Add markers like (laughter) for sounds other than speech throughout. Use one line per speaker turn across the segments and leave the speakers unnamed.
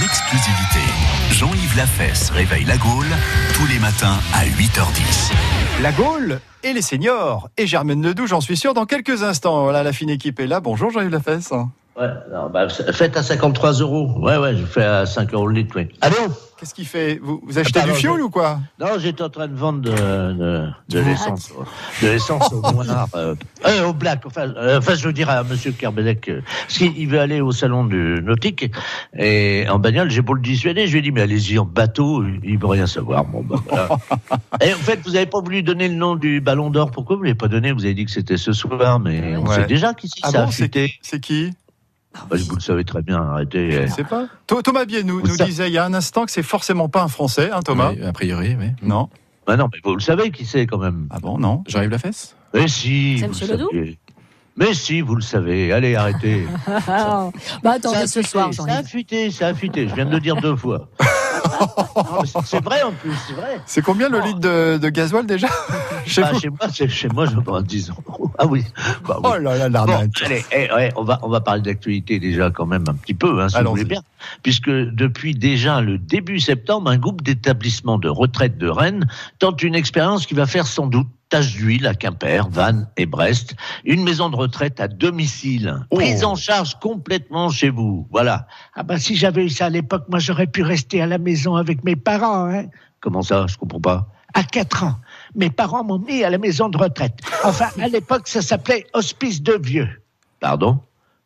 exclusivité. Jean-Yves Lafesse réveille la Gaule tous les matins à 8h10.
La Gaule et les seniors. Et Germaine Ledoux, j'en suis sûr, dans quelques instants. Voilà, la fine équipe est là. Bonjour Jean-Yves Lafesse.
Ouais, non, bah, faites à 53 euros. Ouais, ouais, je fais à 5 euros le litre, oui. Allô
Qu'est-ce qu'il fait vous, vous achetez
Ah,
du
pardon,
fioul
je-
ou quoi
Non, j'étais en train de vendre de, de, de l'essence. euh, De l'essence au noir. euh, euh, au black. Enfin, euh, enfin, je veux dire à monsieur Kerbedec, euh, parce qu'il veut aller au salon du nautique, et en bagnole, j'ai beau le dissuader, je lui ai dit, mais allez-y en bateau, il veut rien savoir. Bon, bah,
(laughs)
voilà. et en fait, vous n'avez pas voulu donner le nom du ballon d'or. Pourquoi vous ne l'avez pas donné Vous avez dit que c'était ce soir, mais on
Ouais.
sait déjà qu'ici,
Ah
ça a
bon, c'est-
fuité.
C'est qui
Bah, vous le savez très bien, arrêtez. euh,
Je ne sais pas. Tho- Thomas Bier nous,
Vous
nous
sa-
disait il y a un instant que c'est forcément pas un Français, hein Thomas
Oui, A priori, oui.
Non.
Bah non, mais vous le savez qui c'est quand même.
Ah bon, non.
J'arrive la fesse
Mais si.
C'est
vous
Monsieur
le
Ledoux
saviez. Mais si, vous le savez. Allez, arrêtez.
Ah, bah
Ça
(laughs) attendez
a
ce
fuité,
soir,
Ça a
Jean-Yves.
fuité, ça a fuité. Je viens de le dire deux fois. Non, mais c'est- c'est vrai en plus, c'est vrai.
C'est combien le
Oh.
litre de, de gasoil déjà (laughs) Chez
Bah,
vous
chez moi, c'est- chez moi, je vends 10 euros. Ah oui. Bah, oui.
Oh là là,
Bon,
l'arnaque.
allez, eh, ouais, on, va, on va parler d'actualité déjà quand même un petit peu, hein, si vous
Allons-y.
voulez bien, puisque depuis déjà le début septembre, un groupe d'établissements de retraite de Rennes tente une expérience qui va faire sans doute tache d'huile à Quimper, Vannes et Brest, une maison de retraite à domicile, prise en charge complètement chez vous. Voilà. Ah bah si j'avais eu ça à l'époque, moi j'aurais pu rester à la maison avec mes parents. Hein. Comment ça Je comprends pas. À 4 ans, mes parents m'ont mis à la maison de retraite. Enfin, à l'époque, ça s'appelait hospice de vieux. Pardon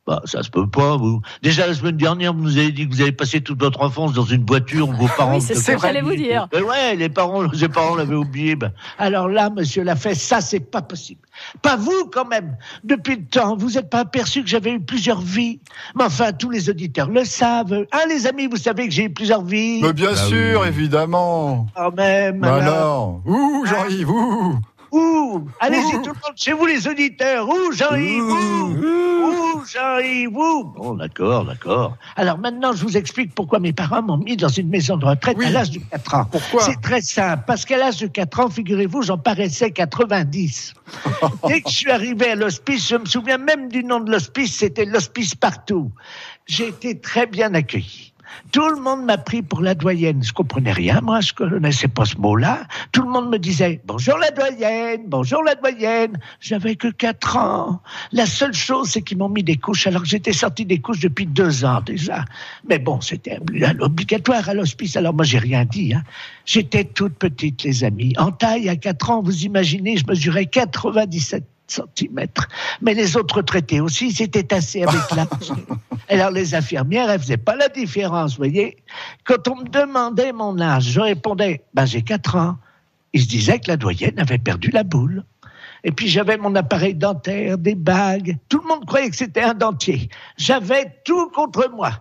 bah, ça se peut pas, vous. Déjà, la semaine dernière, vous nous avez dit que vous avez passé toute votre enfance dans une voiture où vos parents...
Ah Oui, c'est
vous
ce que j'allais vous dire.
Mais ouais, les parents, (laughs) ses parents l'avaient oublié. Ben, alors là, monsieur Lafesse, ça, c'est pas possible. Pas vous, quand même. Depuis le temps, vous n'êtes pas aperçu que j'avais eu plusieurs vies. Mais enfin, tous les auditeurs le savent. Hein, les amis, vous savez que j'ai eu plusieurs vies.
Mais bien
Bah
sûr,
oui.
évidemment.
Quand même.
Mais
Bah alors.
alors Ouh, Jean-Yves, ouh
Ouh Allez-y,
Ouh.
tout le monde, chez vous, les auditeurs. Ouh, Jean-Yves, ouh Ouh, Jean-Yves, ouh Bon, d'accord, d'accord. Alors maintenant, je vous explique pourquoi mes parents m'ont mis dans une maison de retraite
Oui.
à l'âge de 4 ans.
Pourquoi
C'est très simple, parce qu'à l'âge de 4 ans, figurez-vous, j'en paraissais 90. Dès que je suis arrivé à l'hospice, je me souviens même du nom de l'hospice, c'était l'hospice partout. J'ai été très bien accueilli. Tout le monde m'a pris pour la doyenne. Je comprenais rien, moi, je connaissais pas ce mot-là. Tout le monde me disait Bonjour la doyenne, bonjour la doyenne. J'avais que 4 ans. La seule chose, c'est qu'ils m'ont mis des couches alors que j'étais sorti des couches depuis 2 ans déjà. Mais bon, c'était obligatoire à l'hospice, alors moi, j'ai rien dit. hein. J'étais toute petite, les amis. En taille, à 4 ans, vous imaginez, je mesurais 97 cm. Mais les autres traités aussi, c'était assez avec l'âge. Alors les infirmières, elles faisaient pas la différence, vous voyez. Quand on me demandait mon âge, je répondais, ben j'ai 4 ans. Ils se disaient que la doyenne avait perdu la boule. Et puis j'avais mon appareil dentaire, des bagues. Tout le monde croyait que c'était un dentier. J'avais tout contre moi.